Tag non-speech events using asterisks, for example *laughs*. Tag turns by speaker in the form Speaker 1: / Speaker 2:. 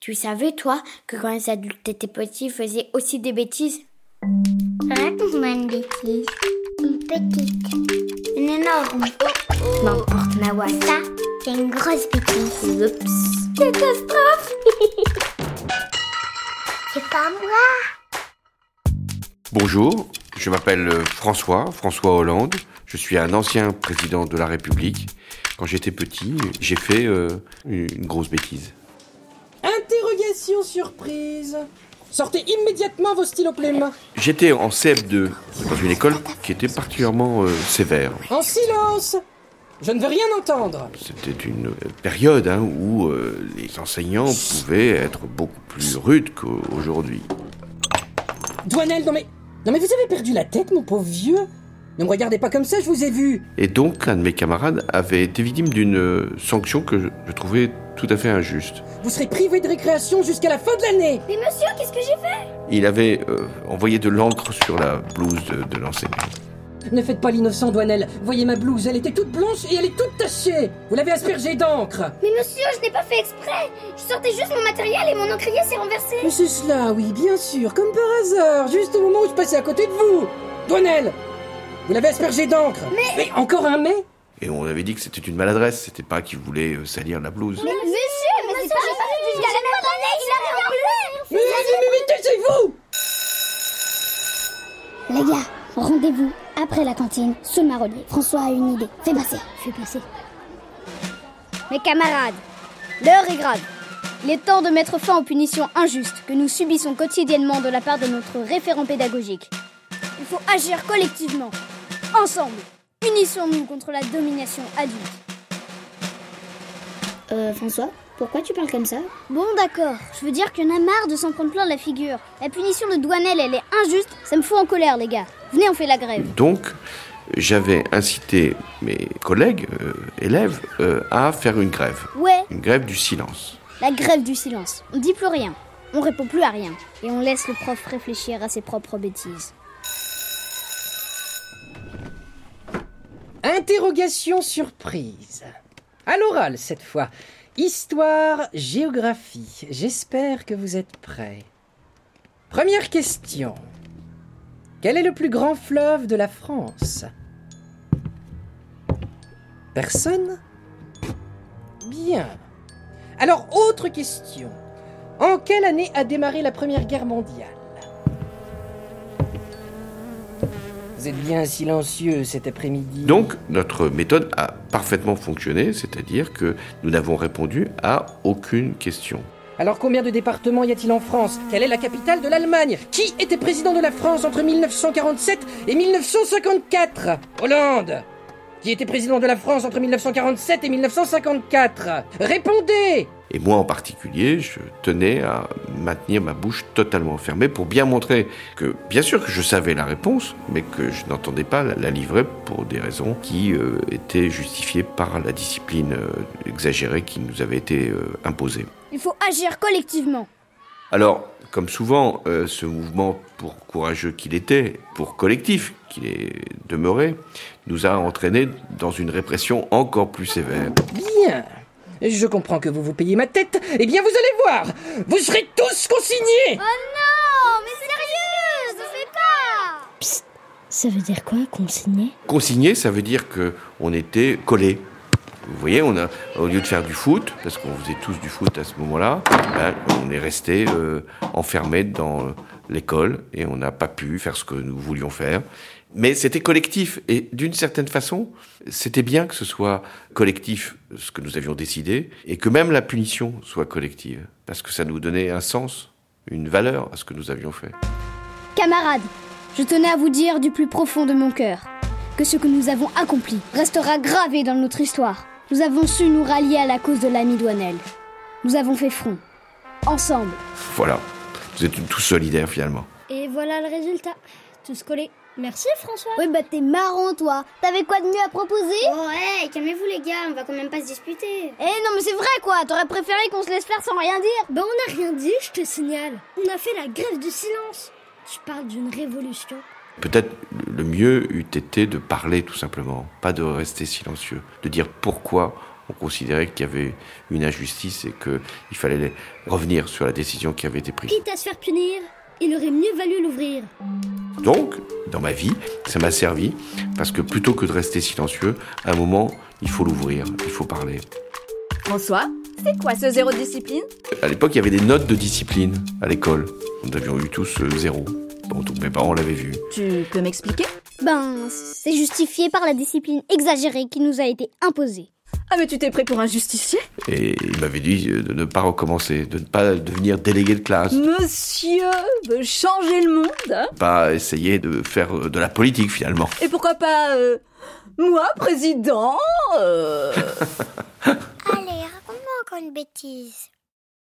Speaker 1: Tu savais, toi, que quand les adultes étaient petits, ils faisaient aussi des bêtises
Speaker 2: Raconte-moi une bêtise.
Speaker 3: Une petite. Oh,
Speaker 2: Une énorme.
Speaker 1: N'importe Nawal.
Speaker 3: Ça, c'est une grosse bêtise.
Speaker 1: Oups.
Speaker 2: Catastrophe
Speaker 3: *laughs* C'est pas moi.
Speaker 4: Bonjour, je m'appelle euh, François, François Hollande. Je suis un ancien président de la République. Quand j'étais petit, j'ai fait euh, une grosse bêtise.
Speaker 5: Interrogation surprise. Sortez immédiatement vos stylos mains.
Speaker 4: J'étais en CM2 dans une école qui était particulièrement euh, sévère.
Speaker 5: En silence. Je ne veux rien entendre.
Speaker 4: C'était une période hein, où euh, les enseignants pouvaient être beaucoup plus rudes qu'aujourd'hui.
Speaker 5: Douanel, non mais... Non mais vous avez perdu la tête, mon pauvre vieux. Ne me regardez pas comme ça, je vous ai vu.
Speaker 4: Et donc, un de mes camarades avait été victime d'une euh, sanction que je- je trouvais tout à fait injuste.
Speaker 5: Vous serez privé de récréation jusqu'à la fin de l'année.
Speaker 1: Mais monsieur, qu'est-ce que j'ai fait
Speaker 4: Il avait euh, envoyé de l'encre sur la blouse de, de l'enseignant.
Speaker 5: Ne faites pas l'innocent, Douanel. Voyez ma blouse, elle était toute blanche et elle est toute tachée. Vous l'avez aspergée d'encre.
Speaker 1: Mais monsieur, je n'ai pas fait exprès Je sortais juste mon matériel et mon encrier s'est renversé
Speaker 5: Mais c'est cela, oui, bien sûr, comme par hasard, juste au moment où je passais à côté de vous. Douanel Vous l'avez aspergé d'encre. Mais... encore un mais
Speaker 4: Et on avait dit que c'était une maladresse, c'était pas qu'il voulait euh, salir la blouse.
Speaker 1: Monsieur, mais c'est pas juste la
Speaker 5: Mais, mais, mais, mais taisez-vous
Speaker 3: Les gars, rendez-vous après la cantine, ce marronnier. François a une idée. Fais passer. Fais passer.
Speaker 1: Mes camarades, l'heure est grave. Il est temps de mettre fin aux punitions injustes que nous subissons quotidiennement de la part de notre référent pédagogique. Il faut agir collectivement, ensemble. Unissons-nous contre la domination adulte.
Speaker 3: Euh, François, pourquoi tu parles comme ça
Speaker 1: Bon d'accord, je veux dire qu'il y en a marre de s'en prendre plein la figure. La punition de Douanel, elle est injuste, ça me fout en colère les gars. Venez, on fait la grève.
Speaker 4: Donc, j'avais incité mes collègues, euh, élèves, euh, à faire une grève.
Speaker 1: Ouais,
Speaker 4: Une grève du silence.
Speaker 1: la grève du silence. On dit plus rien, on répond plus à rien. Et on laisse le prof réfléchir à ses propres bêtises.
Speaker 5: Interrogation surprise. À l'oral cette fois. Histoire, géographie. J'espère que vous êtes prêts. Première question. Quel est le plus grand fleuve de la France Personne Bien. Alors, autre question. En quelle année a démarré la Première Guerre mondiale Vous êtes bien silencieux cet après-midi.
Speaker 4: Donc, notre méthode a parfaitement fonctionné, c'est-à-dire que nous n'avons répondu à aucune question.
Speaker 5: Alors combien de départements y a-t-il en France Quelle est la capitale de l'Allemagne Qui était président de la France entre 1947 et 1954 Hollande Qui était président de la France entre 1947 et 1954 Répondez
Speaker 4: Et moi en particulier, je tenais à maintenir ma bouche totalement fermée pour bien montrer que, bien sûr que je savais la réponse, mais que je n'entendais pas la- la livrer pour des raisons qui euh, étaient justifiées par la discipline euh, exagérée qui nous avait été euh, imposée.
Speaker 1: Il faut agir collectivement.
Speaker 4: Alors, comme souvent, euh, ce mouvement, pour courageux qu'il était, pour collectif qu'il est demeuré, nous a entraînés dans une répression encore plus sévère.
Speaker 5: Bien Je comprends que vous vous payez ma tête. Eh bien vous allez voir Vous serez tous consignés
Speaker 1: Non, mais sérieux, je sais pas
Speaker 3: Ça veut dire quoi, consigner
Speaker 4: Consigné, ça veut dire que on était collé. Vous voyez, on a, au lieu de faire du foot, parce qu'on faisait tous du foot à ce moment-là, ben, on est resté euh, enfermé dans euh, l'école et on n'a pas pu faire ce que nous voulions faire. Mais c'était collectif et d'une certaine façon, c'était bien que ce soit collectif ce que nous avions décidé et que même la punition soit collective, parce que ça nous donnait un sens, une valeur à ce que nous avions fait.
Speaker 1: Camarades, je tenais à vous dire du plus profond de mon cœur que ce que nous avons accompli restera gravé dans notre histoire. Nous avons su nous rallier à la cause de l'ami Douanel. Nous avons fait front. Ensemble.
Speaker 4: Voilà, vous êtes tous solidaires finalement.
Speaker 1: Et voilà le résultat. Tous collés.
Speaker 3: Merci, François.
Speaker 1: Ouais, bah t'es marrant, toi. T'avais quoi de mieux à proposer
Speaker 3: Oh, hey, calmez-vous, les gars, on va quand même pas se disputer.
Speaker 1: Eh non, mais c'est vrai, quoi. T'aurais préféré qu'on se laisse faire sans rien dire.
Speaker 6: Bah on n'a rien dit, je te signale. On a fait la grève du silence. Tu parles d'une révolution.
Speaker 4: Peut-être le mieux eût été de parler tout simplement, pas de rester silencieux, de dire pourquoi On considérait qu'il y avait une injustice et qu'il fallait les- revenir sur la décision qui avait été prise.
Speaker 6: Quitte à se faire punir, il aurait mieux valu l'ouvrir.
Speaker 4: Donc, dans ma vie, ça m'a servi, parce que plutôt que de rester silencieux, à un moment, il faut l'ouvrir, il faut parler.
Speaker 7: François, c'est quoi ce zéro discipline
Speaker 4: À l'époque, il y avait des notes de discipline à l'école. Nous avions eu tous euh, zéro. Bon, donc mes parents l'avaient vu.
Speaker 7: Tu peux m'expliquer
Speaker 1: Ben, c'est justifié par la discipline exagérée qui nous a été imposée.
Speaker 7: Ah mais tu t'es pris pour un justicier
Speaker 4: Et il m'avait dit euh, de ne pas recommencer, de ne pas devenir délégué de classe, de
Speaker 7: Monsieur veut changer le monde hein
Speaker 4: ne pas essayer de faire euh, de la politique finalement.
Speaker 7: Et pourquoi pas euh, moi, président euh,
Speaker 2: Allez, raconte-moi encore une bêtise.